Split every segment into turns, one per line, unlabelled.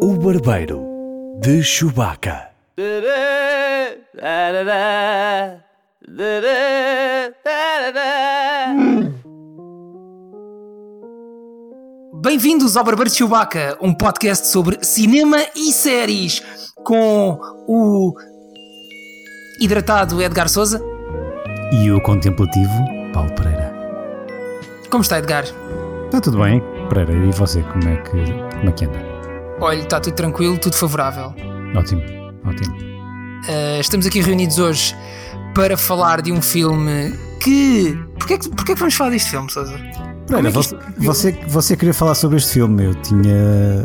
O Barbeiro de Chewbacca.
Bem-vindos ao Barbeiro de Chewbacca, um podcast sobre cinema e séries com o hidratado Edgar Souza.
E o contemplativo Paulo Pereira.
Como está, Edgar?
Está tudo bem, Pereira? E você, como é que, como é que anda?
Olha, está tudo tranquilo, tudo favorável.
Ótimo, ótimo.
Uh, estamos aqui reunidos hoje para falar de um filme que. Porquê, que- porquê que vamos falar deste filme, Souza? Como
Pereira,
é que
você,
isto-
você, você queria falar sobre este filme. Eu tinha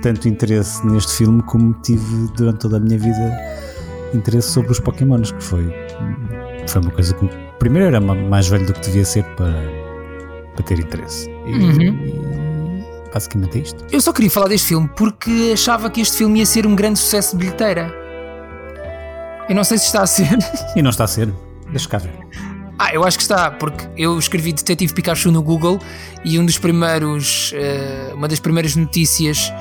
tanto interesse neste filme como tive durante toda a minha vida interesse sobre os Pokémons, que foi, foi uma coisa que. Primeiro era ma- mais velho do que devia ser para, para ter interesse. E, e basicamente é isto.
Eu só queria falar deste filme porque achava que este filme ia ser um grande sucesso de bilheteira. Eu não sei se está a ser.
E não está a ser. Deixa cá ver.
Ah, eu acho que está, porque eu escrevi Detetive Pikachu no Google e um dos primeiros, eh, uma das primeiras notícias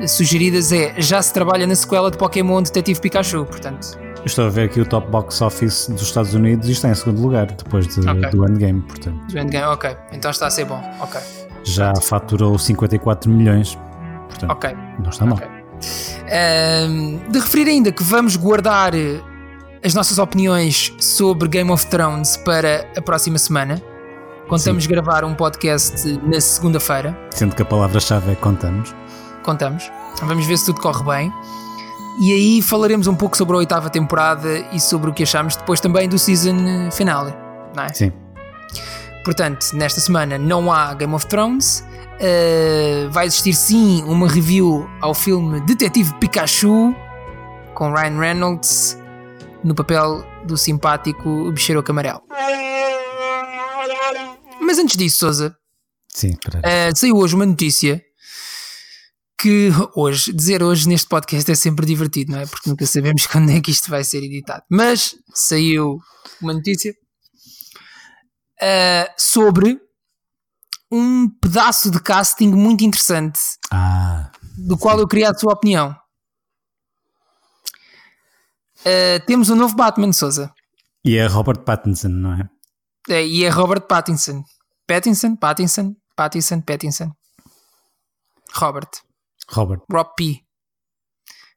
eh, sugeridas é já se trabalha na sequela de Pokémon Detetive Pikachu, portanto.
Eu Estou a ver aqui o top box office dos Estados Unidos e está em segundo lugar depois de-
Ok.
do Endgame, portanto.
do Endgame, ok, então está a ser bom, ok,
Já faturou 54 milhões, portanto,
ok.
não está mal.
Ok. Ahm, de referir ainda que vamos guardar eh, as nossas opiniões sobre Game of Thrones para a próxima semana. Contamos gravar um podcast na segunda-feira.
Sendo que a palavra-chave é contamos.
contamos. Vamos ver se tudo corre bem. E aí falaremos um pouco sobre a oitava temporada e sobre o que achamos depois também do season finale. Não é?
Sim.
Portanto, nesta semana não há Game of Thrones. Uh, vai existir sim uma review ao filme Detetive Pikachu com Ryan Reynolds no papel do simpático bicheiro camarelo. Mas antes disso, Souza,
Sim, Pereira.
Uh, saiu hoje uma notícia que hoje, dizer hoje neste podcast é sempre divertido, não é? Porque nunca sabemos quando é que isto vai ser editado. Mas saiu uma notícia uh, sobre um pedaço de casting muito interessante,
Ah,
do qual eu queria a tua opinião. Uh, temos um novo Batman, Souza.
e é Robert Pattinson, não é?
É, e é Robert Pattinson. Pattinson, Pattinson, Pattinson, Pattinson. Robert.
Robert.
Rob P.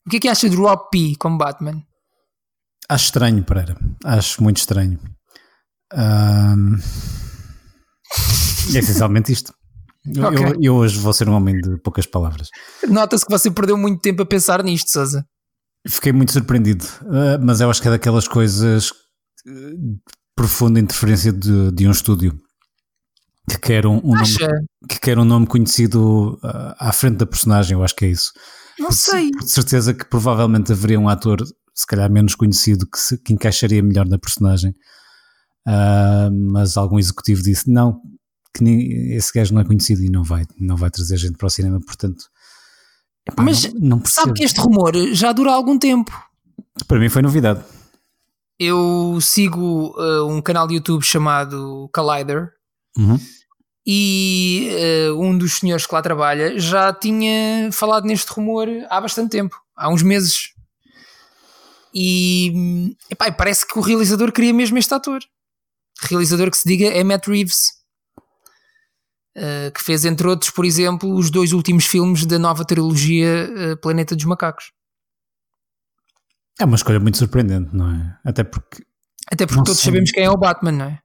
O que é que achas de Rob P como Batman?
Acho estranho, Pereira. Acho muito estranho. Ahm, É essencialmente isto. Eu,
Ok.
eu- eu hoje vou ser um homem de poucas palavras.
Nota-se que você perdeu muito tempo a pensar nisto, Souza.
Fiquei muito surpreendido, ah, mas eu acho que é daquelas coisas ah, de profunda interferência de, de um estúdio que quer um, um nome,
Acha?
que quer um nome conhecido ah, à frente da personagem, eu acho que é isso.
Não sei.
De certeza que provavelmente haveria um ator, se calhar menos conhecido, que, se- que encaixaria melhor na personagem, Ah, mas algum executivo disse não, que nem- esse gajo não é conhecido e não vai, não vai trazer gente para o cinema, portanto. epá,
Mas
não, não
Sabe
percebo.
que este rumor já dura algum tempo.
Para mim foi novidade.
Eu sigo eh, um canal de YouTube chamado Collider
Uhum.
e eh, um dos senhores que lá trabalha já tinha falado neste rumor há bastante tempo, há uns meses. E epá, e parece que o realizador queria mesmo este ator. Realizador que se diga é Matt Reeves, eh, que fez, entre outros, por exemplo, os dois últimos filmes da nova trilogia eh, Planeta dos Macacos.
É uma escolha muito surpreendente, não é? Até porque.
Até porque
Não
todos
sei.
sabemos quem é o Batman, não é?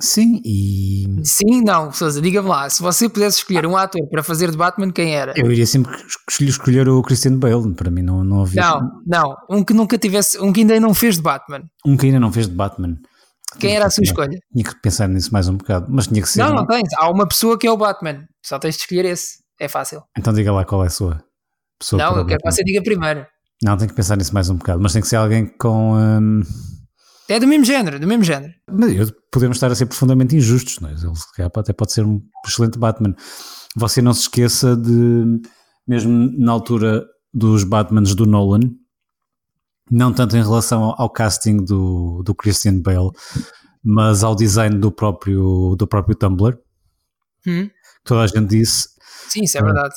Sim, e.
Sim, não, Sousa, diga-me lá, se você pudesse escolher um ator para fazer de Batman, quem era?
Eu iria sempre escolher- escolher o Christian Bale, para mim não, não havia.
Não, não, um que nunca tivesse, um que ainda não fez de Batman.
Um que ainda não fez de Batman.
Quem era a sua escolha?
Tinha que pensar nisso mais um bocado, mas tinha que ser.
Não,
um-
não tens. Há uma pessoa que é o Batman. Só tens de escolher esse. É fácil.
Então diga lá qual é a sua pessoa.
não,
para
eu
o
quero que
Batman.
você diga primeiro.
Não, tenho que pensar nisso mais um bocado, mas tem que ser alguém com. hum,
É do mesmo género, do mesmo género.
Mas eu- podemos estar a ser profundamente injustos, não é? Ele se calhar, até pode ser um excelente Batman. Você não se esqueça de, mesmo na altura dos Batmans do Nolan, não tanto em relação ao, ao casting do, do Christian Bale, mas ao design do próprio, do próprio Tumblr,
Hum?
toda a gente disse
Sim, isso é verdade.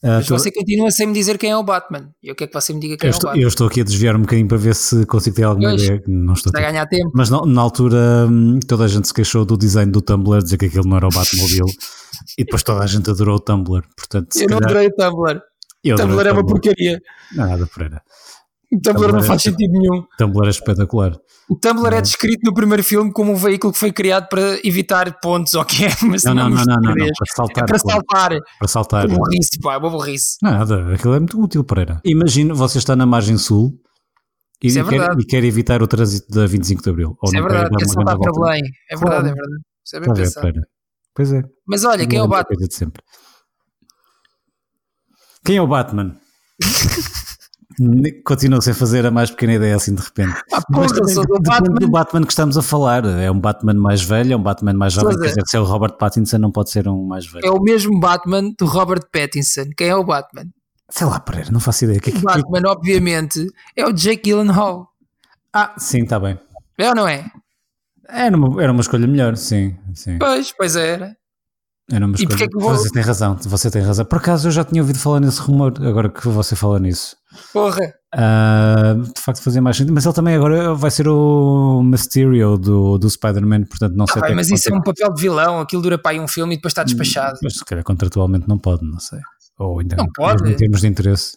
Ah,
Mas
tu-
você continua sem me dizer quem é o Batman. E eu quero que você me diga quem
eu,
é o
estou,
Batman.
eu estou aqui a desviar um bocadinho para ver se consigo ter alguma
Pois.
ideia. Não estou
Está a
a ter.
ganhar tempo.
Mas na, na altura hum, toda a gente se queixou do design do Tumblr, dizer que aquilo não era o Batmobile. e depois toda a gente adorou o Tumblr. Portanto, se
Eu não
calhar-
adorei o Tumblr.
eu adorei
Tumblr
o
é uma
Tumblr. é
porcaria.
Nada, Pereira.
O Tumblr não
Tumblr é-
faz sentido nenhum.
Tumblr é espetacular.
O Tumblr é descrito no primeiro filme como um veículo que foi criado para evitar pontos ou que é, mas
Não, não, não, não, não, não,
porcarias.
Para saltar.
É para
claro.
saltar.
Para saltar.
Burrice, pá, é uma burrice.
Nada, aquilo é muito útil, Pereira. Imagino, você está na margem sul e,
Isso é
quer,
verdade.
e quer evitar o trânsito da 25 de Abril. Ou
Isso é
não quer
verdade,
dar
quer
uma
saltar
grande
para
volta.
Belém. É verdade, é
Claro.
verdade. Isso é bem
Está a ver,
pensado.
Pereira. Pois é.
Mas olha, quem é o
Não
Batman?
coisa de sempre. Quem é o Batman? Continua sem fazer a mais pequena ideia assim de repente.
Ah, porra,
também
sou do
depende
Batman.
do Batman que estamos a falar. É um Batman mais velho, é um Batman mais jovem.
Pois é.
Quer dizer, se é o Robert Pattinson, não pode ser um mais velho.
É o mesmo Batman do Robert Pattinson. Quem é o Batman?
Sei lá, Pereira, não faço ideia. Que, que-
O Batman, obviamente, é o Jake Gyllenhaal.
Ah, sim, está bem.
É ou não é?
Era uma, era uma escolha melhor, sim. sim.
Pois, pois é, era.
Era uma
E
escolha.
porque é que vou-
Você tem razão, você tem razão. Por acaso eu já tinha ouvido falar nesse rumor, agora que você fala nisso.
Porra.
Ah, de facto fazia mais sentido, mas ele também agora vai ser o Mysterio do, do Spider-Man, portanto não sei
Ah,
até
mas
que
isso é
ponto
um papel de vilão. Aquilo dura para aí um filme e depois está despachado.
Mas se calhar contratualmente não pode, não sei. Ou ainda
Não pode.
Em termos de interesse.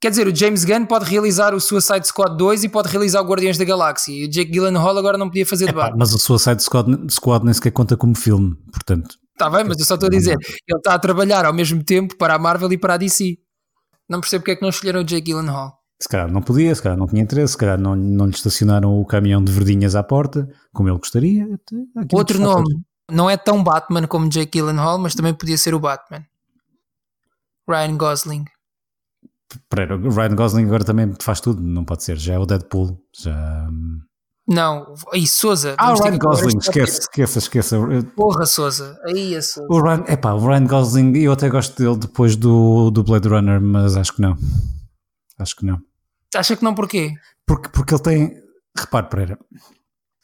Quer dizer, o James Gunn pode realizar o Suicide Squad 2 e pode realizar o Guardiões da Galáxia. E o Jake Gyllenhaal agora não podia fazer de
Pá,
Batman.
mas o Suicide Squad, Squad nem sequer conta como filme, portanto.
Está Tá bem, mas eu só estou a dizer. Ele está a trabalhar ao mesmo tempo para a Marvel e para a DC. Não percebo porque é que não escolheram o Jake Gyllenhaal.
Se calhar não podia, se calhar não tinha interesse, se calhar não, não lhe estacionaram o caminhão de verdinhas à porta, como ele gostaria. Há aqui muitos
Outro
fatores.
nome. Não é tão Batman como Jake Gyllenhaal, mas também podia ser o Batman. Ryan Gosling.
Pereira, o Ryan Gosling agora também faz tudo, não pode ser. Já é o Deadpool. Já...
Não, aí Souza.
Ah, o Ryan Gosling, esquece, esqueça, esqueça.
Porra, Souza. Aí a Souza.
O Ryan, epá, o Ryan Gosling, eu até gosto dele depois do, do Blade Runner, mas acho que não. Acho que não.
Acha que não porquê?
Porque, porque ele tem. Repare, Pereira.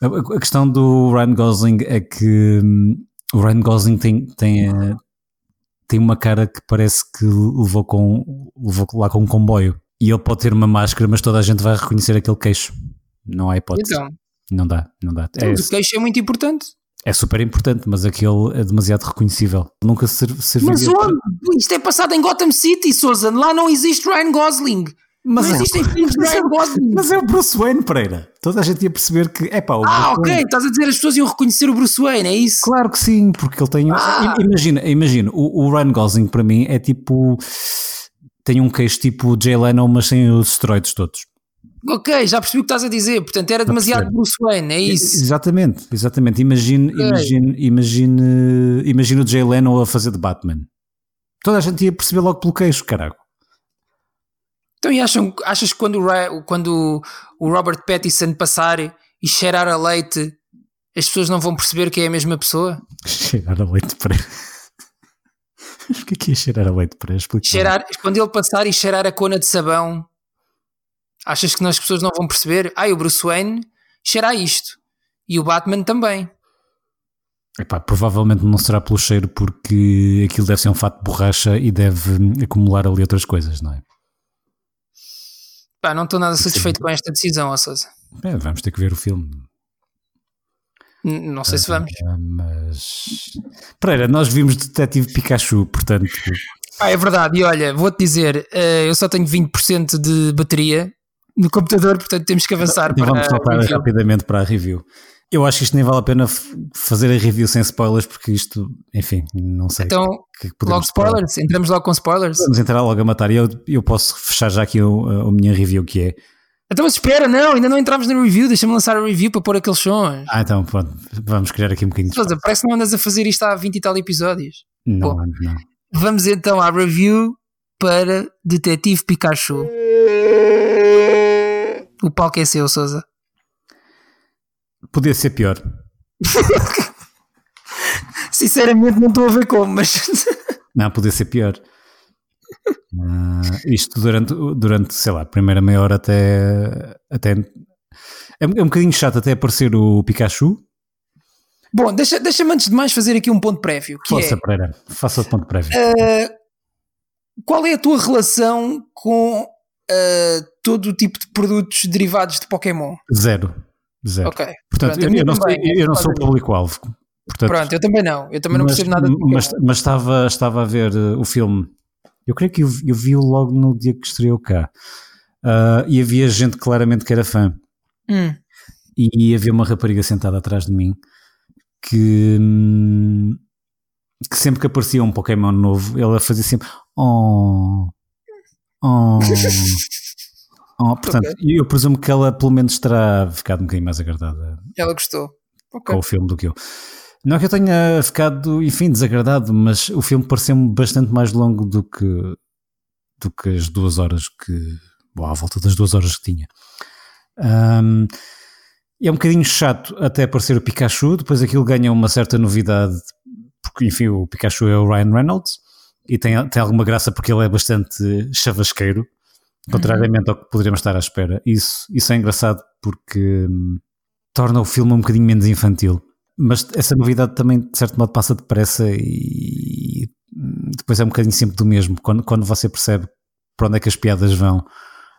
A, a questão do Ryan Gosling é que hum, o Ryan Gosling tem, tem, eh, tem uma cara que parece que levou, com, levou lá com um comboio. E ele pode ter uma máscara, mas toda a gente vai reconhecer aquele queixo. Não há hipótese.
Então,
Não dá, não dá. É,
o queixo é muito importante.
é super importante, mas aquele é demasiado reconhecível. Nunca ser, serviria.
Mas
para-
onde? Isto é passado em Gotham City, Souza. Lá não existe Ryan Gosling.
Mas
não
é-
existem filmes de
mas é-
Ryan Gosling.
Mas é o Bruce Wayne, Pereira. Toda a gente ia perceber que. É pá, o
Ah,
Bruce Wayne-
ok. Estás a dizer as pessoas iam reconhecer o Bruce Wayne, é isso?
Claro que sim, porque ele tem.
Ah!
I- Imagina, imagina, o, o Ryan Gosling para mim é tipo. Tem um queixo tipo Jay Leno, mas sem os esteroides todos.
Ok, já percebi o que estás a dizer. Portanto, era demasiado
perceber.
Bruce Wayne, é
E-
isso?
Exatamente, exatamente. Imagine,
Ok.
imagine, imagine, imagine o Jay Leno a fazer de Batman. Toda a gente ia perceber logo pelo queixo, caralho.
Então, e acham, achas que quando o, Ra- quando o Robert Pattinson passar e cheirar a leite, as pessoas não vão perceber que é a mesma pessoa?
Cheirar a leite para. Mas o que é que é cheirar a leite para? Explica.
Cheirar, quando ele passar e cheirar a cona de sabão, achas que não- as pessoas não vão perceber? Ai, o Bruce Wayne cheira a isto. E o Batman também.
Epá, provavelmente não será pelo cheiro, porque aquilo deve ser um fato de borracha e deve hum, acumular ali outras coisas, não é?
Pá, não estou nada satisfeito com esta decisão, ó Sousa.
É, vamos ter que ver o filme.
N- Não sei se vamos.
Ah, Mas. Pereira, nós vimos Detetive Pikachu, portanto.
Ah, é verdade. E olha, vou-te dizer, eh, eu só tenho 20% de bateria no computador, portanto temos que avançar
Então
para
vamos saltar
review.
rapidamente para a review. Eu acho que isto nem vale a pena f- fazer a review sem spoilers, porque isto, enfim, não sei.
Então,
o que é que
logo
podemos falar.
spoilers. Entramos logo com spoilers.
Vamos entrar logo a matar. E Eu, eu posso fechar já aqui o- a, a minha review, que é.
Então, mas espera, não, ainda não entramos no review. Deixa-me lançar o review para pôr aqueles sons.
Ah, então, pronto, vamos criar aqui um bocadinho de.
Sousa, parece que não andas a fazer isto há 20 e tal episódios.
Não,
bom.
não.
Vamos então à review para Detetive Pikachu. O palco é seu, Sousa.
Podia ser pior.
Sinceramente, não estou a ver como, mas.
Não, podia ser pior. Ah, isto durante, durante, sei lá, a primeira meia hora até. até é, um- é um bocadinho chato até aparecer o Pikachu.
Bom, deixa- deixa-me antes de mais fazer aqui um ponto prévio. Que
Força,
é,
Pereira, faça o ponto prévio.
eh, Qual é a tua relação com ah, todo o tipo de produtos derivados de Pokémon?
Zero. Zero.
Ok.
Portanto,
Pronto, a
eu,
minha
eu não, sou-
também,
eu- eu não sou
quase-
público-alvo. Portanto,
Pronto, eu também não. Eu também não
mas,
percebo nada de Pokémon.
mas, mas estava, estava a ver eh, o filme. Eu creio que eu, vi- eu vi-o logo no dia que estreou cá. Ah, e havia gente claramente que era fã.
Hum,
E havia uma rapariga sentada atrás de mim que, hum, que sempre que aparecia um Pokémon novo, ela fazia sempre oh, oh, oh. Portanto, eu presumo que ela pelo menos terá ficado um bocadinho mais agradada
ela gostou. Ok.
com o filme do que eu. Não é que eu tenha ficado, enfim, desagradado, mas o filme pareceu-me bastante mais longo do que, do que as duas horas que. Bom, à volta das duas horas que tinha. Ahm, é um bocadinho chato até aparecer o Pikachu, depois aquilo ganha uma certa novidade, porque, enfim, o Pikachu é o Ryan Reynolds e tem, tem alguma graça porque ele é bastante chavasqueiro, contrariamente ao que poderíamos estar à espera. Isso, isso é engraçado porque. hum, torna o filme um bocadinho menos infantil. Mas essa novidade também, de certo modo, passa depressa e hum, depois é um bocadinho sempre do mesmo. Quando, quando você percebe para onde é que as piadas vão,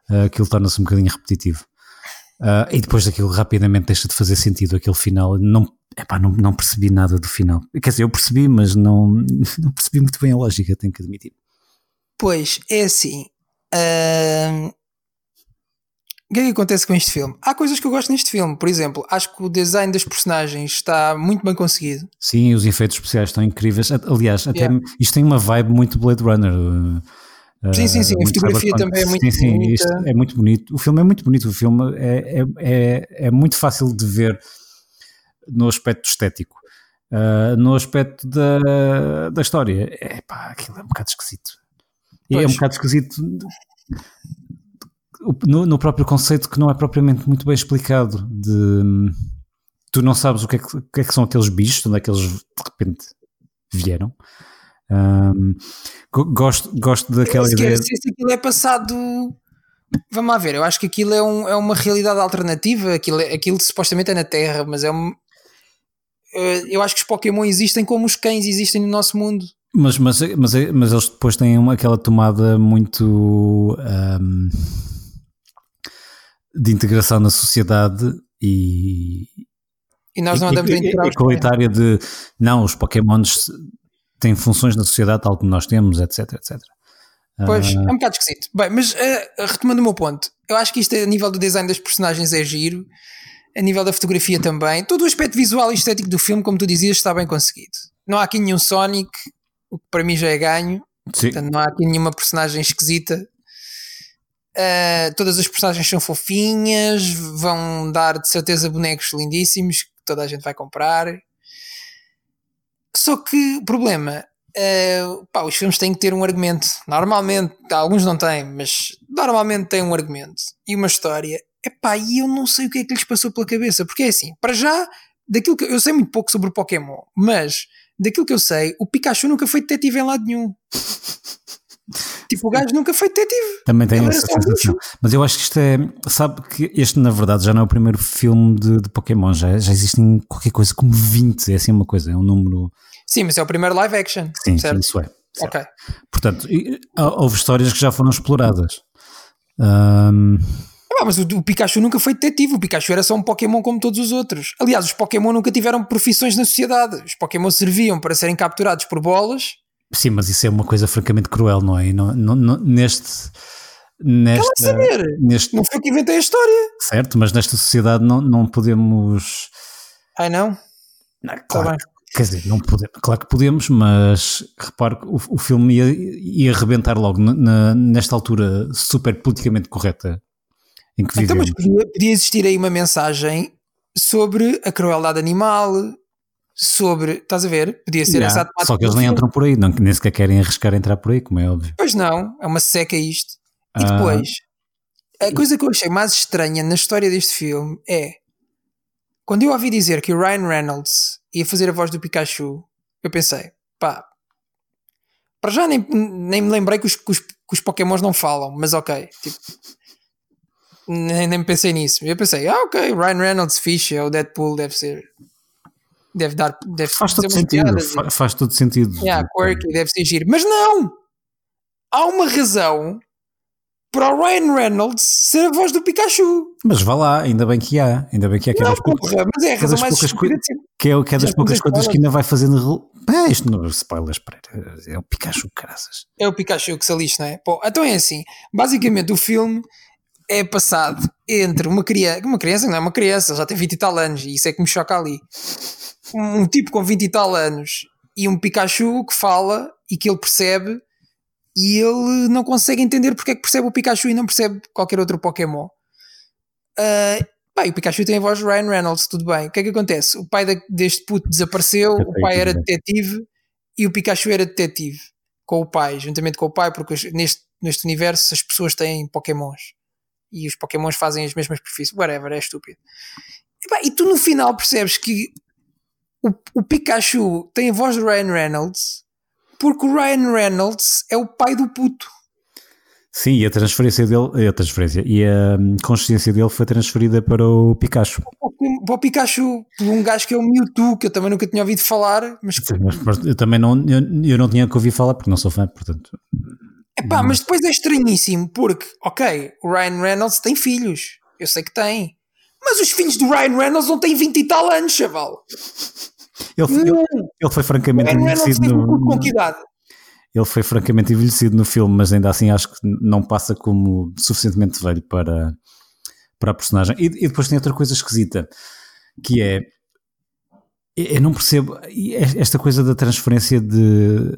ah, aquilo torna-se um bocadinho repetitivo. Ah, e depois daquilo rapidamente deixa de fazer sentido aquele final. Não, epá, não, não percebi nada do final. Quer dizer, eu percebi, mas não, não percebi muito bem a lógica, tenho que admitir.
Pois, é assim. ahm, O que é que acontece com este filme? Há coisas que eu gosto neste filme. Por exemplo, acho que o design dos personagens está muito bem conseguido.
Sim, os efeitos especiais estão incríveis. A- Aliás, até
Yeah.
isto tem uma vibe muito Blade Runner. uh,
Sim, sim, sim. A
muito
fotografia
Cyberpunk.
também é muito
sim, sim,
bonita.
isto é muito bonito. O filme é muito bonito. O filme é, é, é, é muito fácil de ver no aspecto estético. Uh, no aspecto da, da história, é pá, aquilo é um bocado esquisito. E É um
Pois.
bocado esquisito o- no, no próprio conceito que não é propriamente muito bem explicado de hum, tu não sabes o que é que, o que é que são aqueles bichos, de onde é que eles de repente vieram. Hum, go- gosto, gosto daquela
Se
ideia.
quer dizer, se aquilo é passado. Vamos lá ver, eu acho que aquilo é, um- é uma realidade alternativa. Aquilo, é- aquilo supostamente é na Terra, mas é um. eh, Eu acho que os Pokémon existem como os cães existem no nosso mundo.
Mas, mas, mas, mas eles depois têm uma, aquela tomada muito ahm, de integração na sociedade e,
E nós não
e-
andamos
e-
a entrar.
e-
os cães.
igualitária de não, os Pokémons têm funções na sociedade tal como nós temos, etc, etc.
Pois,
Ah,
é um bocado esquisito. Bem, mas eh, retomando o meu ponto, eu acho que isto a nível do design das personagens é giro, a nível da fotografia também, todo o aspecto visual e estético do filme, como tu dizias, está bem conseguido. Não há aqui nenhum Sonic, o que para mim já é ganho,
Sim.
portanto não há aqui nenhuma personagem esquisita. Eh, todas as personagens são fofinhas, vão dar de certeza bonecos lindíssimos que toda a gente vai comprar. Só que o problema Uh, pá, os filmes têm que ter um argumento. Normalmente, alguns não têm, mas normalmente têm um argumento e uma história. Epá, e eu não sei o que é que lhes passou pela cabeça, porque é assim, para já, daquilo que eu sei muito pouco sobre o Pokémon, mas daquilo que eu sei, o Pikachu nunca foi detetive em lado nenhum. tipo, o gajo nunca foi detetive.
Também tem
Ele era
essa
só um
sensação. Mas eu acho que isto é. Sabe que este, na verdade, já não é o primeiro filme de, de Pokémon. Já, já existem qualquer coisa como 20. É assim uma coisa. É um número.
Sim, mas é o primeiro live action.
Sim, sim,
certo?
isso é. certo.
Ok. Ah,
Portanto, e- há- houve histórias que já foram exploradas. Ahm,
Ah, mas o, o Pikachu nunca foi detetive, o Pikachu era só um Pokémon como todos os outros. Aliás, os Pokémon nunca tiveram profissões na sociedade. Os Pokémon serviam para serem capturados por bolas.
sim, mas isso é uma coisa francamente cruel, não é? E não- não- não- neste. Neste,
saber.
neste
Não foi eu que inventei a história.
certo, mas nesta sociedade não, não podemos
Ai não? Tá
claro,
bem.
quer dizer, não podemos, claro que podemos, mas repare que o, o filme ia, ia arrebentar logo na- na- nesta altura super politicamente correta em que
Então,
vivemos.
mas podia, podia existir aí uma mensagem sobre a crueldade animal, sobre. Estás a ver? Podia ser essa a
Yeah,
temática
só que
do
eles nem
filme.
entram por aí, não, nem sequer querem arriscar entrar por aí, como é óbvio.
Pois não, é uma seca isto. E
Ah.
depois, a coisa que eu achei mais estranha na história deste filme é quando eu ouvi dizer que o Ryan Reynolds ia fazer a voz do Pikachu, eu pensei, pá, para já nem, nem me lembrei que os, que, os, que os Pokémons não falam, mas ok, tipo, nem, nem pensei nisso. Eu pensei, ah, ok, Ryan Reynolds fixe, é o Deadpool, deve ser. Deve dar. Deve
Faz
fazer
todo
umas
sentido,
piadas e-
fa- faz todo sentido.
Yeah, quirky, deve ser giro. Mas não! há uma razão para o Ryan Reynolds ser a voz do Pikachu.
Mas vá lá, ainda bem que há. Ainda bem que há que é
não,
das poucas,
porra, mas é
que
a
é
razão
das
mais
poucas
estúpida
coisas
de sempre.
que é, que é das
Já
poucas
estamos a
coisas
falar.
que ainda vai fazendo. rel- Pá, isto não é spoilers, pera. É o Pikachu, caraças.
É o Pikachu que se lixe, não é? Bom, então é assim. Basicamente, o filme é passado entre uma criança, uma criança não é uma criança, já tem 20 e tal anos, e isso é que me choca ali. Um, um tipo com 20 e tal anos e um Pikachu que fala e que ele percebe e ele não consegue entender porque é que percebe o Pikachu e não percebe qualquer outro Pokémon. Ah, pá, e o Pikachu tem a voz de Ryan Reynolds, tudo bem. O que é que acontece? O pai da- deste puto desapareceu,
Eu
o
sei
pai
que
era
não.
detetive e o Pikachu era detetive com o pai, juntamente com o pai, porque as- neste, neste universo as pessoas têm Pokémons e os Pokémons fazem as mesmas perfis, whatever, é estúpido. Epá, e tu no final percebes que o, o Pikachu tem a voz do Ryan Reynolds porque o Ryan Reynolds é o pai do puto.
Sim, e a transferência dele. A transferência. E a hum, consciência dele foi transferida para o Pikachu.
Para o Pikachu, por um gajo que é o Mewtwo, que eu também nunca tinha ouvido falar, mas que
Sim, mas, mas eu também não, eu, eu não tinha que ouvir falar porque não sou fã, portanto.
Epá, mas depois é estranhíssimo, porque, ok, o Ryan Reynolds tem filhos, eu sei que tem, mas os filhos do Ryan Reynolds não têm 20 e tal anos, chaval.
Ele foi,
Não,
ele,
o
ele foi francamente
Ryan Reynolds
envelhecido
tem
no,
um com
no-
que idade?
ele foi francamente envelhecido no filme, mas ainda assim acho que não passa como suficientemente velho para, para a personagem. E, e depois tem outra coisa esquisita, que é eu não percebo e es- esta coisa da transferência de,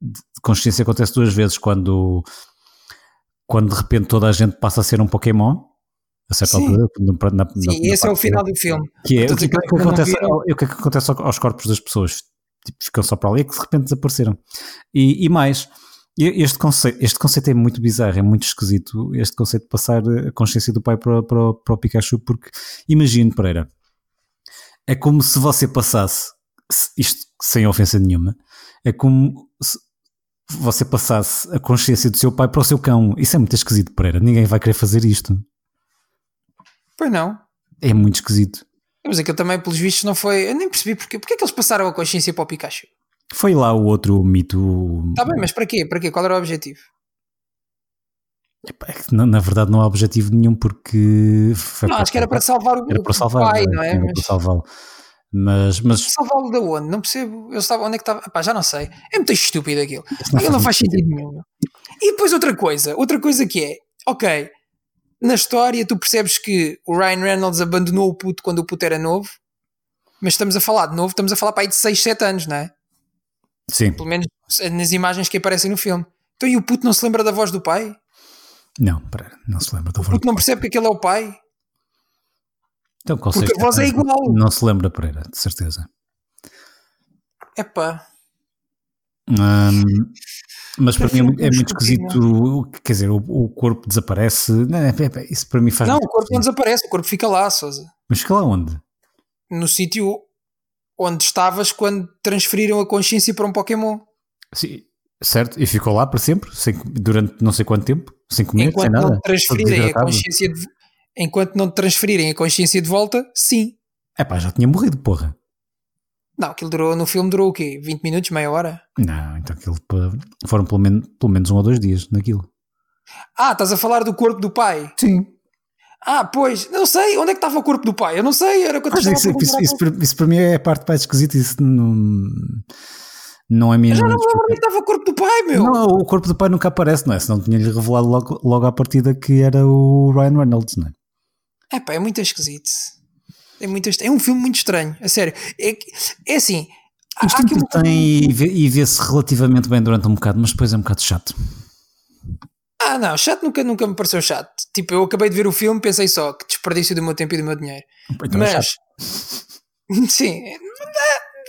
de consciência acontece duas vezes quando quando de repente toda a gente passa a ser um Pokémon a certa
Sim.
altura na- na- na-
Sim, esse é o
parte-
final do filme.
que é, o
Portanto,
que,
aquilo
o que
que não
acontece,
viram-
ao- o que é que acontece ao- aos corpos das pessoas? Tipo, ficam só para ali e que de repente desapareceram. E, e mais, e- este conceito, este conceito é muito bizarro, é muito esquisito. Este conceito de passar eh, a consciência do pai para, para, o- para o Pikachu, porque imagino, Pereira, é como se você passasse, se- isto sem ofensa nenhuma, é como se você passasse a consciência do seu pai para o seu cão. Isso é muito esquisito, Pereira. Ninguém vai querer fazer isto.
Pois não.
É muito esquisito.
Mas aquilo também, pelos vistos, não foi. Eu nem percebi porque, porque é que eles passaram a consciência para o Pikachu.
Foi lá o outro mito. o-
Está bem, mas para quê? Para quê? Qual era o objetivo?
Epá, é que na, na verdade não há objetivo nenhum porque foi
não, acho que era para salvar o,
era para
o
salvar,
pai, não é?
Era para
Mas-
salvá-lo. Mas, mas
Salvá-lo de onde? Não percebo. Eu estava onde é que estava. Epá, já não sei. É muito estúpido aquilo. Aquilo não faz sentido nenhum. E depois outra coisa, outra coisa que é, ok, na história tu percebes que o Ryan Reynolds abandonou o puto quando o puto era novo, mas estamos a falar de novo, estamos a falar para aí de 6, 7 anos, não é?
sim,
Pelo menos nas imagens que aparecem no filme. Então e o puto não se lembra da voz do pai?
não, pera, não se lembra da
O
voz.
puto não percebe que aquele é o pai?
Então, qual
porque a
seja,
voz é igual.
Não se lembra Pereira, de certeza.
Epá.
Hum, mas para mim é, muito- é muito
Estúpido.
esquisito, o- quer dizer, o, o corpo desaparece. Não, é, é, é, isso para mim faz
Não,
muito
o corpo não
sentido.
desaparece, o corpo fica lá, Sousa.
Mas fica lá onde?
No sítio onde estavas quando transferiram a consciência para um Pokémon.
Sim, certo? E ficou lá para sempre, sem- durante não sei quanto tempo, sem comer,
enquanto
sem nada.
não transferirem a
desidratado.
consciência de, enquanto não transferirem a consciência de volta, sim.
Epá, já tinha morrido, porra.
Não, aquilo durou no filme durou o quê? 20 minutos, meia hora?
Não, então aquilo pa- foram pelo menos, pelo menos um ou dois dias naquilo.
Ah, estás a falar do corpo do pai?
Sim.
Ah, pois, não sei, onde é que estava o corpo do pai? Eu não sei, era o que eu
Mas
estava a
é, isso, isso,
perguntar.
isso para, isso para mim é a parte mais esquisita. Isso não, não é
Eu
mesmo.
já não me lembro onde é que estava o corpo do pai, meu.
Não, o corpo do pai nunca aparece, não é? Senão tinha-lhe revelado logo, logo à partida que era o Ryan Reynolds, não é?
É pá, é muito esquisito. É, muito est- é um filme muito estranho, a sério. É, que- é assim. há-
Isto
há aqui uma- é
entretém e vê- e vê-se relativamente bem durante um bocado, mas depois é um bocado chato.
Ah, não, chato nunca, nunca me pareceu chato. Tipo, eu acabei de ver o filme, pensei só que desperdício do meu tempo e do meu dinheiro.
Então é
mas
chato.
sim, é-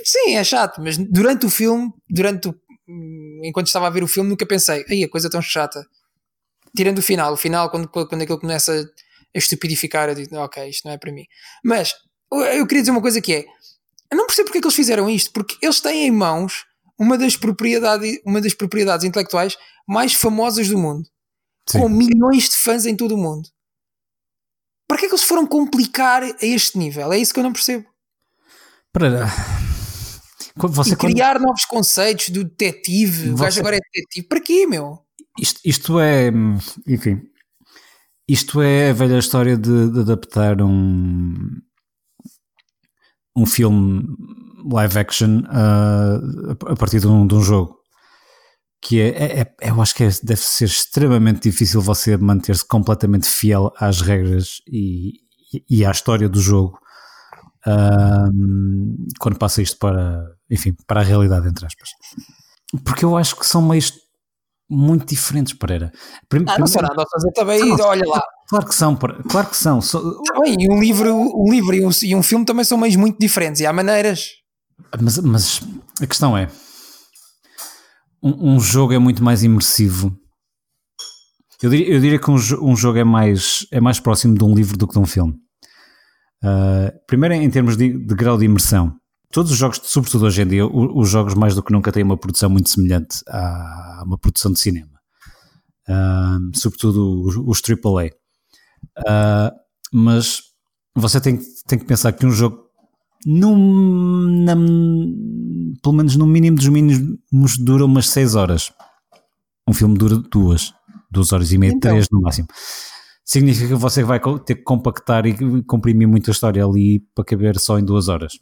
sim, é chato, mas durante o filme, durante o- enquanto estava a ver o filme, nunca pensei, aí a coisa é tão chata. Tirando o final, o final, quando, quando aquilo começa a estupidificar, eu digo, ok, isto não é para mim. Mas eu- eu queria dizer uma coisa que é: eu não percebo porque é que eles fizeram isto, porque eles têm em mãos uma das, propriedade, uma das propriedades intelectuais mais famosas do mundo
Sim.
com milhões de fãs em todo o mundo. Para que é que eles foram complicar a este nível? É isso que eu não percebo.
Para- Quando você
e
quando-
criar novos conceitos do detetive, o
Você-
gajo agora é detetive. Para quê, meu?
Isto, isto é. Enfim. Isto é a velha história de, de adaptar um. um filme live action a, a partir de um, de um jogo. Que é, é- é- Eu acho que é- deve ser extremamente difícil você manter-se completamente fiel às regras e, e à história do jogo. ahm, quando passa isto para. Enfim, para a realidade, entre aspas. Porque eu acho que são meios muito diferentes, Pereira. Prim-
Ah, não são
primeiro-
nada a fazer também,
Não,
olha lá.
Claro que são, Pereira, claro que são. só-
Tá bem, e um livro, um livro e, um, e um filme também são meios muito diferentes e há maneiras.
Mas, mas a questão é: um, um jogo é muito mais imersivo. Eu diria, eu diria que um, jo- um jogo é mais, é mais próximo de um livro do que de um filme. Ah, primeiro, em termos de, de grau de imersão. Todos os jogos, sobretudo hoje em dia, o- os jogos mais do que nunca têm uma produção muito semelhante a uma produção de cinema. Ah, sobretudo os, os AAA. Ah, mas você tem, tem que pensar que um jogo num, na- pelo menos no mínimo dos mínimos, dura umas 6 horas. Um filme dura duas, duas horas e meia,
Então.
três no máximo. Significa que você vai co- ter que compactar e comprimir muita história ali para caber só em duas horas.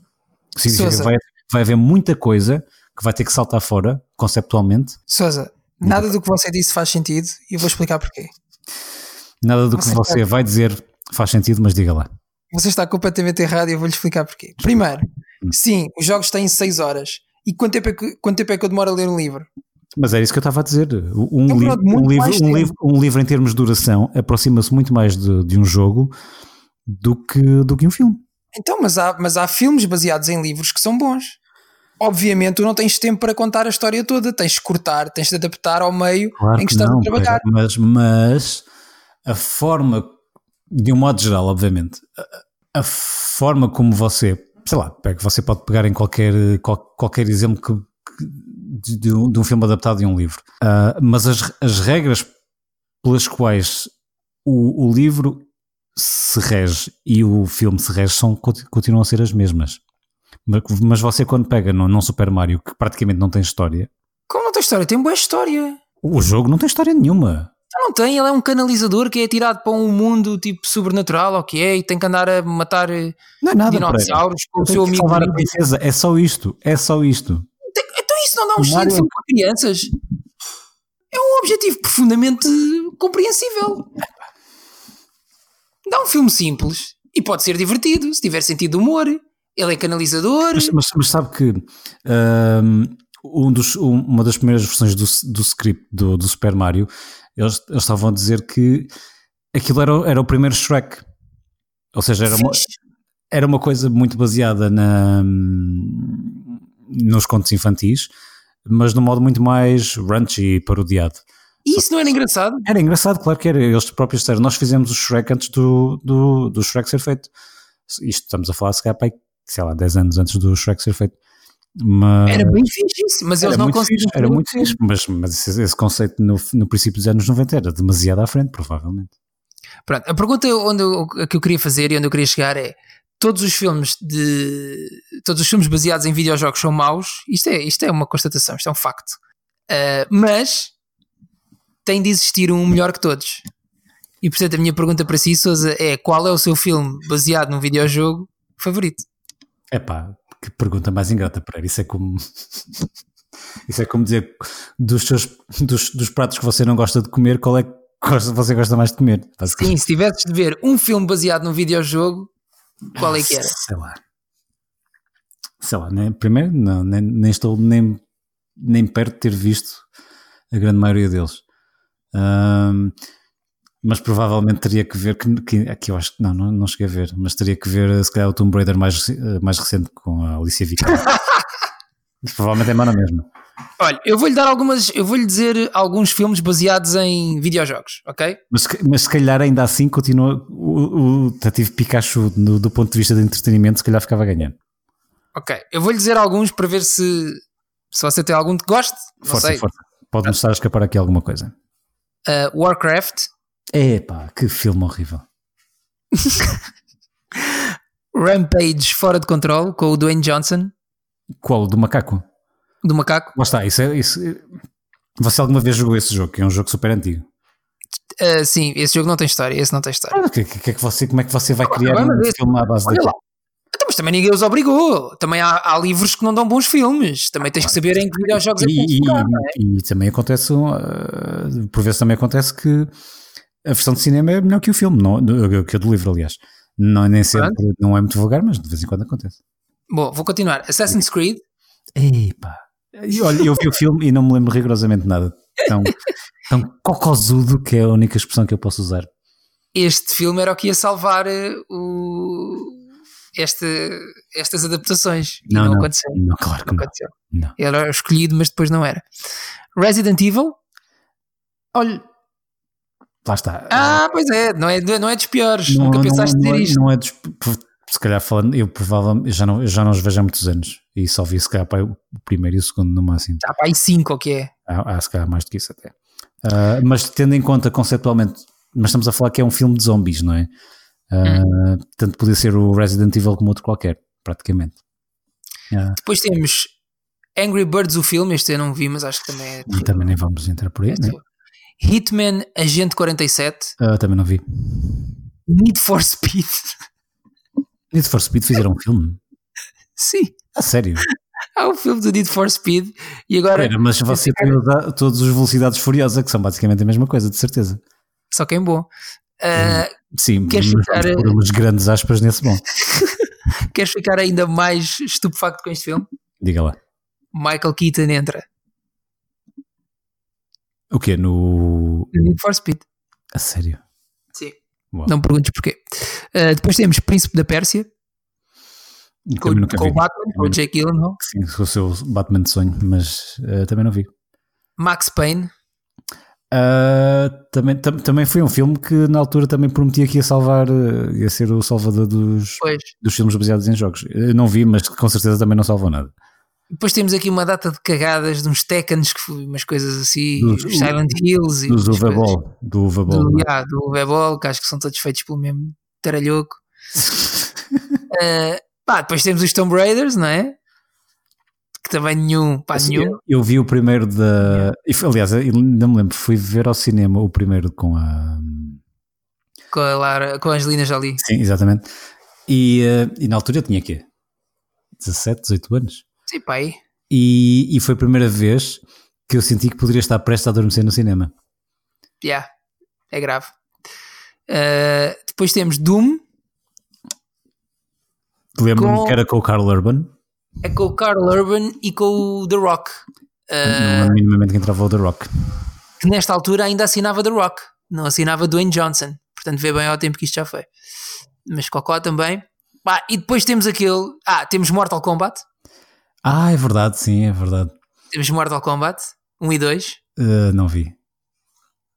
Significa que
Sousa.
vai, vai haver muita coisa que vai ter que saltar fora, conceptualmente.
Sousa, nada do que você disse faz sentido e eu vou explicar porquê.
Nada do que
Você
você vai dizer faz sentido, mas diga lá.
Você está completamente errado e eu vou-lhe explicar porquê. Primeiro,
Hum.
sim, os jogos têm 6 horas. E quanto tempo, é que, quanto tempo é que eu demoro a ler um livro?
Mas era isso que eu estava a dizer. Um,
Então,
li-
pronto,
um
muito
livro,
mais
um,
tempo.
livro, um livro em termos de duração aproxima-se muito mais de, de um jogo do que, do que um filme.
Então, mas há, mas há filmes baseados em livros que são bons. Obviamente, tu não tens tempo para contar a história toda, tens de cortar, tens de adaptar ao meio em que estás a trabalhar.
Pedro, é, mas, mas a forma, de um modo geral, obviamente, a, a forma como você, sei lá, pega- você pode pegar em qualquer, qual- qualquer exemplo que, que- de, de um, de um filme adaptado e um livro, Ah, mas as, as regras pelas quais o, o livro se rege e o filme se rege são, conti- continuam a ser as mesmas. Mas- Mas você, quando pega num num Super Mario que praticamente não tem história,
Como não tem história? Tem boa história.
o jogo não tem história nenhuma.
Então Não tem, ele é um canalizador que é tirado para um mundo tipo sobrenatural, ou que é, e tem que andar a matar eh,
Não é nada para
dinossauros com o seu amigo.
salvar a
Então
princesa. É só isto. É só isto.
isso não dá um excelente
Mario-
filme para crianças. É um objetivo profundamente compreensível. Dá um filme simples e pode ser divertido se tiver sentido de humor. Ele é canalizador.
Mas, mas- mas sabe que hum, um dos- um- uma das primeiras versões do, do script do, do Super Mario, eles, eles estavam a dizer que aquilo era, o- era o primeiro Shrek. Ou seja, era uma,
Fixe.
era uma coisa muito baseada na, nos contos infantis, mas de um modo muito mais raunchy e parodiado.
E isso não era engraçado?
Era engraçado, claro que era. Eles próprios disseram, nós fizemos o Shrek antes do, do, do Shrek ser feito. Isto estamos a falar, se calhar, pai, sei lá, 10 anos antes do Shrek ser feito. Mas
Era bem fixe isso, mas eles
Ah. era
não
muito fixe,
conseguiram.
era muito fixe, mas, mas esse, esse conceito no, no princípio dos anos 90 era demasiado à frente, provavelmente.
Pronto, a pergunta onde eu, a que eu queria fazer e onde eu queria chegar é todos os filmes de todos os filmes baseados em videojogos são maus isto é, isto é uma constatação, isto é um facto Ah, mas tem de existir um melhor que todos e portanto a minha pergunta para si Sousa é qual é o seu filme baseado num videojogo favorito?
Epá, que pergunta mais ingrata, Pereira. Isso é como. Isso é como dizer dos, seus, dos, dos pratos que você não gosta de comer, qual é que gosta- você gosta mais de comer?
Sim, se tivesses de ver um filme baseado num videojogo qual é que era?
Sei lá. Sei lá, né? primeiro, não, nem, nem estou nem, nem perto de ter visto a grande maioria deles. Ahm, mas provavelmente teria que ver, que, que, que eu acho que não, não, não cheguei a ver, mas teria que ver se calhar o Tomb Raider mais, rec- eh, mais recente com a Alicia Vikander. Mas provavelmente é mana mesmo.
Olha, eu vou-lhe dar algumas, eu vou-lhe dizer alguns filmes baseados em videojogos, ok?
Mas, se ca- mas se calhar ainda assim continua o, o Detetive Pikachu no- do ponto de vista de entretenimento, se calhar ficava ganhando.
Ok, eu vou-lhe dizer alguns para ver se, se você tem algum que goste. Não
Força,
sei.
força. Pode-nos estar a escapar aqui alguma coisa.
Uh, Warcraft,
Epá, que filme horrível.
Rampage Fora de Control, com o Dwayne Johnson,
Qual? Do macaco?
do macaco.
Lá está, isso é. Isso, é- Você alguma vez jogou esse jogo, que é um jogo super antigo?
Ah, sim, esse jogo não tem história, esse não tem história.
Ah, que- que- que é que você, como é que você vai criar
vamos
um
ver.
filme à base
Olha
daquilo?
lá. Então, mas também ninguém os obrigou. Também há, há livros que não dão bons filmes. Também tens que saber em que videojogos é que
E,
tens
e-
de jogar, não é?
e- e também acontece, um, ah, por vezes também acontece que a versão de cinema é melhor que o filme, não, do- que a do livro, aliás. Não, nem sempre, não é muito vulgar, mas de vez em quando acontece.
Bom, vou continuar. Assassin's Creed.
Epá. E olha, eu vi o filme e não me lembro rigorosamente nada. Tão, tão cocozudo que é a única expressão que eu posso usar.
Este filme era o que ia salvar eh, o... esta- estas adaptações. E
Não, não.
aconteceu.
Não, claro que
Não
não.
aconteceu.
Não.
Ele era escolhido, mas depois não era. Resident Evil.
Olha, lá está.
Ah, pois é, não é, não é dos piores.
Não-
Nunca
não-
pensaste
não,
dizer
é-
isto.
Não é dos, por- se calhar falando, eu provavelmente eu já não, eu já não os vejo há muitos anos e só vi se calhar pá, o primeiro e o segundo no máximo.
Há Tá, pá, aí 5 o que é.
Há, há se calhar mais do que isso até. Ah, mas tendo em conta conceptualmente, mas estamos a falar que é um filme de zombies, não é? Ah,
Uhum.
Tanto podia ser o Resident Evil como outro qualquer, praticamente. Ah,
Depois temos Angry Birds, o filme. Este eu não vi, mas acho que também é.
e também nem vamos entrar por aí, né?
Hitman Agente 47.
Ah, também não vi.
Need for Speed.
Need for Speed fizeram um filme.
Sim,
A sério.
há o filme do Need for Speed. E agora,
Espera, mas você tem os- todos os Velocidades Furiosas, que são basicamente a mesma coisa, de certeza.
só quem é bom. Ah,
Sim,
Queres
mas
ficar,
vamos
eh,
pôr umas grandes aspas nesse bom.
queres ficar ainda mais estupefacto com este filme?
Diga lá.
Michael Keaton entra.
O quê? No.
no Need for Speed.
A sério?
Sim.
Uau.
Não perguntes porquê. Ah, depois temos Príncipe da Pérsia. Com,
Também nunca
com
vi.
o Batman, com o
nunca-
Jake Gyllenhaal.
Sim, sou o seu Batman de sonho, mas eh, também não vi.
Max Payne.
Ah, também, tam- também foi um filme que na altura também prometia que ia salvar, eh, ia ser o salvador dos,
Pois.
dos filmes baseados em jogos. Eu não vi, mas com certeza também não salvou nada.
Depois temos aqui uma data de cagadas de uns Tekkens, que foi umas coisas assim,
Dos-
os Silent Hills e
Dos
umas coisas.
Uvabol. Do Uvabol.
do,
não é?
yeah, do Bebol, que acho que são todos feitos pelo mesmo taralhoco. Eh, pá, depois temos os Tomb Raiders, não é? Que também nenhum, pá,
Assim,
nenhum.
eu, eu vi o primeiro da. e foi- Aliás, eu não me lembro, fui ver ao cinema o primeiro com a. é.
Com a, Lara, com a Angelina Jolie.
Sim, exatamente. E, eh, e na altura eu tinha quê? 17, 18 anos.
Sim, pá, aí.
E, e foi a primeira vez que eu senti que poderia estar prestes a adormecer no cinema.
Yeah, é grave. Eh, depois temos Doom,
Lembro-me
Com-
que era com o Carl Urban,
é com o Carl Urban e com o The Rock. Eh,
não é minimamente que entrava o The Rock.
que nesta altura ainda assinava The Rock, não assinava Dwayne Johnson. Portanto, vê bem ao tempo que isto já foi. Mas Cocó também. Pá, e depois temos aquele. Ah, temos Mortal Kombat.
Ah, é verdade, sim, é verdade.
Temos Mortal Kombat 1 e 2.
Eh, não vi.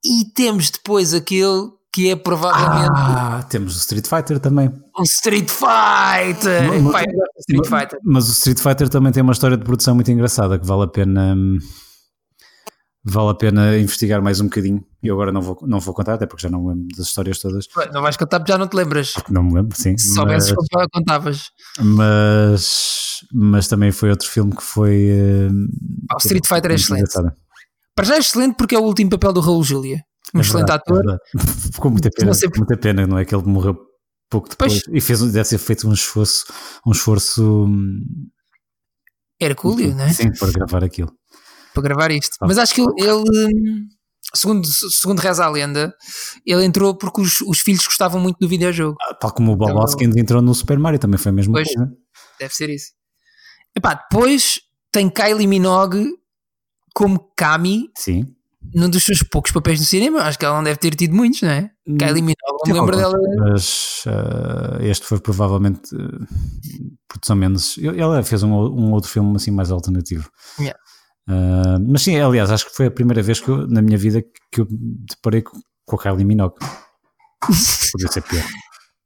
E temos depois aquele que é provavelmente
Ah, temos o Street Fighter também.
um Street Fighter.
Mas- mas-
Pá, eu gosto de Street Fighter.
Mas o Street Fighter também tem uma história de produção muito engraçada que vale a pena hum, vale a pena investigar mais um bocadinho. Eu agora não vou, não vou contar, até porque já não me lembro das histórias todas.
Pá, Não vais contar porque já não te lembras.
Não me lembro, sim.
Se
mas,
soubesses, já contavas.
mas, mas também foi outro filme que foi. hum,
Pá, o Street Fighter é
muito
excelente.
engraçado.
Para já é excelente porque é o último papel do Raul Júlia. Um
É
excelente
verdade, é
ator.
verdade. Ficou muita pena,
Não sei por-
muita pena, não é? Que ele morreu pouco depois e fez, deve ser feito um esforço, um esforço hum,
Hercúleo, não é?
sim, para gravar aquilo.
para gravar isto.
Tá.
Mas acho que ele, ele, hum, segundo, segundo reza a lenda, ele entrou porque os, os filhos gostavam muito do videojogo.
Ah, Tal como o Bob
Então-
Hoskins entrou no Super Mario, também foi a mesma
Pois.
coisa.
Deve ser isso. Epá, depois tem Kylie Minogue como Kami
Sim.
num dos seus poucos papéis no cinema. Acho que ela não deve ter tido muitos, não é? Kylie Minogue, não me lembro dela.
Mas ah, este foi provavelmente ah, produção menos. eu- Ela fez um, ou- um outro filme assim mais alternativo.
Yeah.
Ah, mas sim, aliás, acho que foi a primeira vez que eu, na minha vida que eu me deparei com, com a Kylie Minogue. Podia ser pior.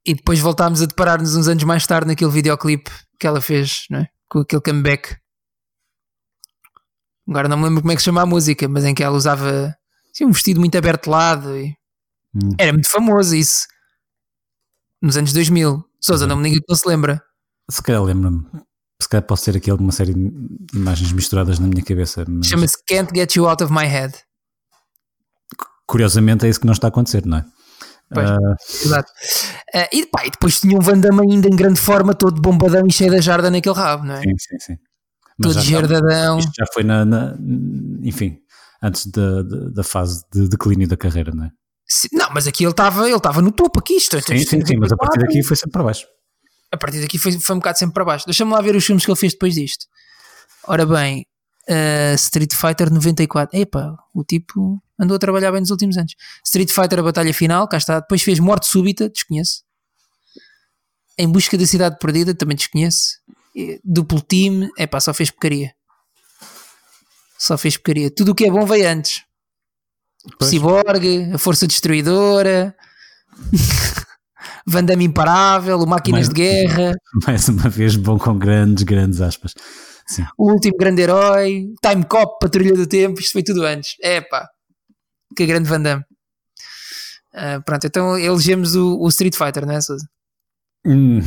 E depois voltámos a deparar-nos uns anos mais tarde naquele videoclipe que ela fez, não é? Com aquele comeback. Agora não me lembro como é que se chama a música, mas em que ela usava assim, um vestido muito aberto de lado e
Hum.
Era muito famoso isso. Nos anos 2000. Sousa, não me diga que não se lembra.
Se calhar lembro-me. se calhar posso ter aqui alguma série de imagens misturadas na minha cabeça, mas
Chama-se Can't Get You Out of My Head.
curiosamente é isso que não está a acontecer, não é?
Pois.
Ah,
Exato. Eh, e, pá, e depois tinha um Van Damme ainda em grande forma, todo bombadão e cheio da jarda naquele rabo, não é?
sim, sim, sim. Mas
todo
já está-
gerdadão.
isto já foi na, na- enfim, antes da, da, da fase de declínio da carreira, não é?
Sim, Não, mas aqui ele estava ele estava no topo aqui. Isto, é, isto-
Sim, sim, sim, mas a partir daqui foi sempre para baixo.
a partir daqui foi, foi um bocado sempre para baixo. Deixa-me lá ver os filmes que ele fez depois disto. Ora bem, eh, Street Fighter 94. Epá, o tipo andou a trabalhar bem nos últimos anos. Street Fighter, a batalha final, cá está. Depois fez Morte Súbita, desconheço. Em Busca da Cidade Perdida, também desconheço. E Duplo Team, epá, só fez porcaria. Só fez porcaria. Tudo o que é bom veio antes.
Pois.
Cyborg, a Força Destruidora, Van Damme Imparável, o Máquinas
Mas-
de Guerra.
Mais uma vez, bom com grandes, grandes aspas. Sim.
O Último Grande Herói, Time Cop, Patrulha do Tempo, isto foi tudo antes. Epá, que grande Van Damme. Ah, pronto, então elegemos o, o Street Fighter, não é, Sousa?
Hum,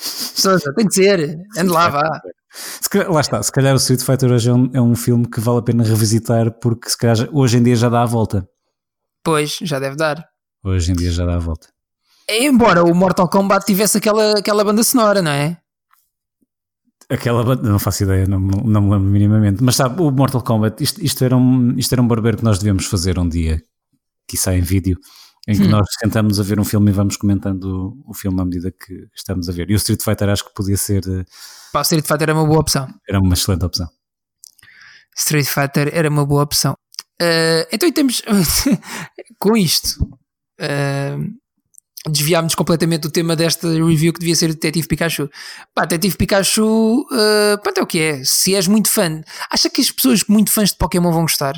Sousa, tem que ser, ande lá, vá.
se calhar- lá está, se calhar o Street Fighter hoje é um, é um filme que vale a pena revisitar porque se calhar já- hoje em dia já dá a volta.
Pois, já deve dar.
Hoje em dia já dá a volta.
Embora o Mortal Kombat tivesse aquela, aquela banda sonora, não é?
Aquela banda, não faço ideia, não, me- não me lembro minimamente. Mas sabe, o Mortal Kombat, isto, isto era um, isto era um barbeiro que nós devíamos fazer um dia, que sai em vídeo, em que
Hum.
nós sentamos a ver um filme e vamos comentando o, o filme à medida que estamos a ver. E o Street Fighter acho que podia ser, eh,
Pá, o Street Fighter era uma boa opção.
era uma excelente opção.
Street Fighter era uma boa opção. Ah, então, e temos. com isto, ah, desviámos completamente do tema desta review que devia ser o Detetive Pikachu. Pá, Detetive Pikachu, ah, pronto, é o que é. Se és muito fã, acha que as pessoas muito fãs de Pokémon vão gostar?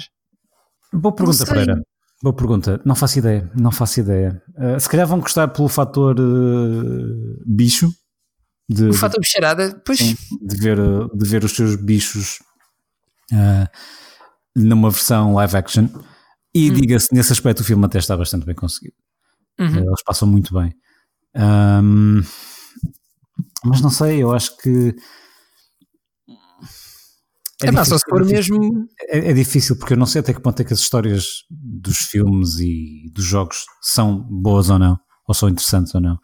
Boa pergunta,
sei.
Pereira. Boa pergunta. Não faço ideia, não faço ideia. Eh, se calhar vão gostar pelo fator eh, bicho, de,
O fato bicharada, pois,
Sim, de ver, de ver os seus bichos ah, numa versão live action.
Hum.
E diga-se, nesse aspecto, o filme até está bastante bem conseguido.
Uhum.
Eles passam muito bem. Ahm, mas não sei, eu acho que.
é, pá, só se for mesmo.
É, é difícil porque eu não sei até que ponto é que as histórias dos filmes e dos jogos são boas ou não, ou são interessantes ou não,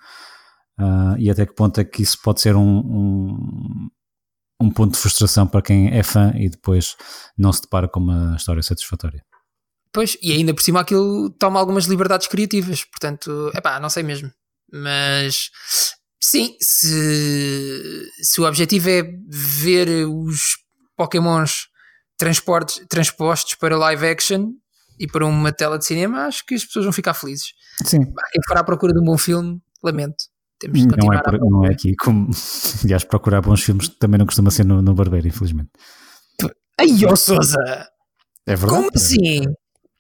Ah, e até que ponto é que isso pode ser um, um, um ponto de frustração para quem é fã e depois não se depara com uma história satisfatória.
Pois, e ainda por cima aquilo toma algumas liberdades criativas, portanto, é pá, não sei mesmo. Mas sim, se, se o objetivo é ver os Pokémons transportes, transpostos para live action e para uma tela de cinema, acho que as pessoas vão ficar felizes.
Sim,
Pá, Quem for à procura de um bom filme, lamento. Temos de
não é,
continuar
por-
a.
não é aqui como. Aliás, procurar bons filmes também não costuma ser no, no Barbeiro, infelizmente.
Ai, ó Souza!
É verdade.
Como assim?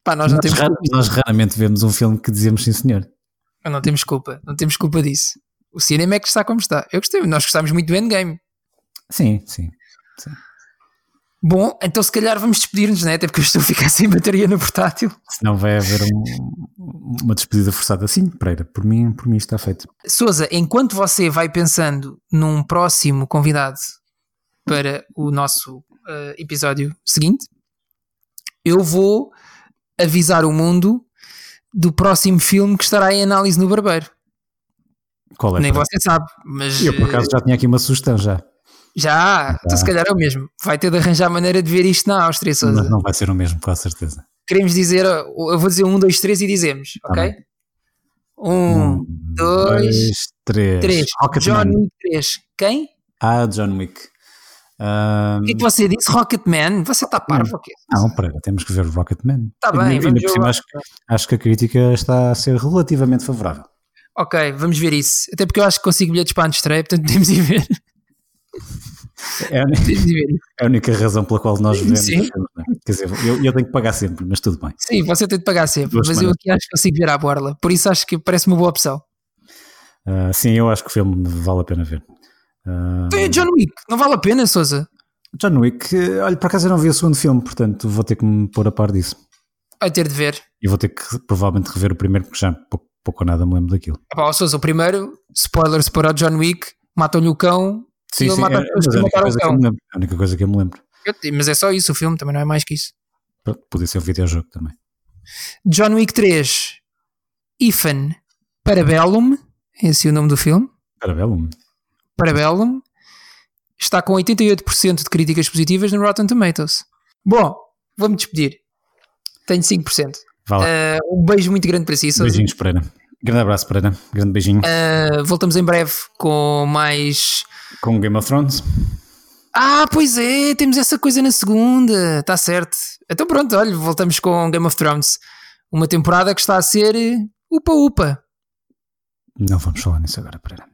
Pá, nós
Nós,
não temos
ra-
culpa.
nós raramente vemos um filme que dizemos sim, senhor.
Não temos culpa. Não temos culpa disso. O cinema é que está como está. Eu gostei. Nós gostámos muito do Endgame.
Sim, sim.
Bom, então se calhar vamos despedir-nos, né? Até porque eu estou a ficar sem bateria no portátil.
Senão vai haver um- uma despedida forçada. assim Pereira, por mim, por mim está feito.
Souza, enquanto você vai pensando num próximo convidado para o nosso eh, episódio seguinte, eu vou avisar o mundo do próximo filme que estará em análise no Barbeiro.
Qual é?
Nem
Pereira?
você sabe, mas
Eu por acaso já tinha aqui uma sugestão já,
eh, já, então se calhar é o mesmo. Vai ter de arranjar maneira de ver isto na Áustria, Souza.
mas não vai ser o mesmo, com a certeza.
Queremos dizer, oh, eu vou dizer um, dois, três e dizemos,
Tá
ok?
bem.
Um, dois,
três.
3.
Rocketman.
John Wick 3. Quem?
Ah, John Wick. Ah,
O que é que você disse? Rocketman? Você está
Hum.
parvo aqui.
Não, Pereira, temos que ver o Rocketman.
Está
Ainda-
Tá bem,
ainda
vamos
por
ver.
cima,
o-
acho, que- acho que a crítica está a ser relativamente favorável.
Ok, vamos ver isso. Até porque eu acho que consigo bilhetes para a estreia, portanto temos de ver.
É a, uni-
Temos de ver.
é a única razão pela qual nós vemos.
Sim.
os filmes, não é? Quer dizer, eu, eu tenho que pagar sempre, mas tudo bem.
Sim, você tem de pagar sempre,
Duas
mas eu
semanas.
aqui acho que consigo ver à borla. Por isso acho que parece uma boa opção.
Ah, sim, eu acho que o filme vale a pena ver. Ah,
Então é John Wick, não vale a pena, Souza.
John Wick, eh, olha, por acaso eu não vi o segundo filme, portanto vou ter que me pôr a par disso.
Vai ter de ver.
E vou ter que provavelmente rever o primeiro, porque já pouco, pouco ou nada me lembro daquilo.
Epá, ó, Souza, o primeiro, spoilers para o John Wick, matam-lhe o cão
Sim,
ele
sim, é,
mata as pessoas
mas
que
é a única
mataram o
coisa que eu me
cão.
lembro. É a única coisa que eu me lembro.
Eu- Mas é só isso, o filme também não é mais que isso.
Pronto, podia ser um videojogo também.
John Wick 3, Ethan Parabellum, esse é o nome do filme,
Parabellum.
Parabellum, está com 88% de críticas positivas no Rotten Tomatoes. Bom, vou-me despedir. Tenho 5%.
Vá lá.
Eh, um beijo muito grande para si, Sousa.
Beijinhos, Pereira. Grande abraço, Pereira. Grande beijinho.
Eh, voltamos em breve com mais.
Com Game of Thrones.
Ah, pois é, temos essa coisa na segunda, está certo. Então pronto, olha, voltamos com Game of Thrones. Uma temporada que está a ser eh, upa-upa.
Não vamos falar nisso agora, Pereira.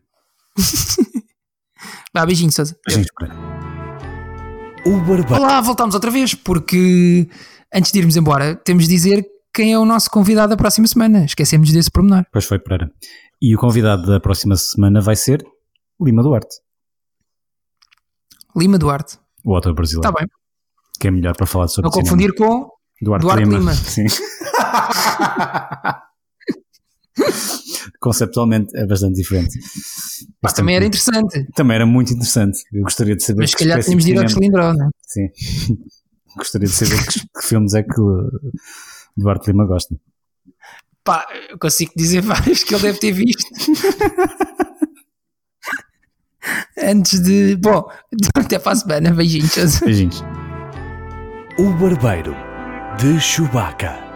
Vá, beijinho, Sousa.
Beijinhos, Pereira.
O Barba
Olá, voltámos outra vez, porque antes de irmos embora, temos de dizer quem é o nosso convidado da próxima semana. Esquecemos desse pormenor.
Pois foi, Pereira. E o convidado da próxima semana vai ser Lima Duarte,
Lima Duarte.
o autor brasileiro.
Está Tá bem.
Que é melhor para falar sobre
Não
cinema.
confundir com.
Duarte,
Duarte
Lima.
Lima.
Sim. Conceptualmente é bastante diferente.
Mas também era interessante.
Também era muito interessante. Eu gostaria de saber.
Mas se
que
calhar
espécie
tínhamos de ir ao
cinema-
cilindro, não é?
Sim. gostaria de saber que, que filmes é que uh, Duarte Lima gosta.
Pá, eu consigo dizer vários que ele deve ter visto. Antes de. Bom, até para a semana. Beijinhos.
Beijinhos.
O Barbeiro de Chewbacca.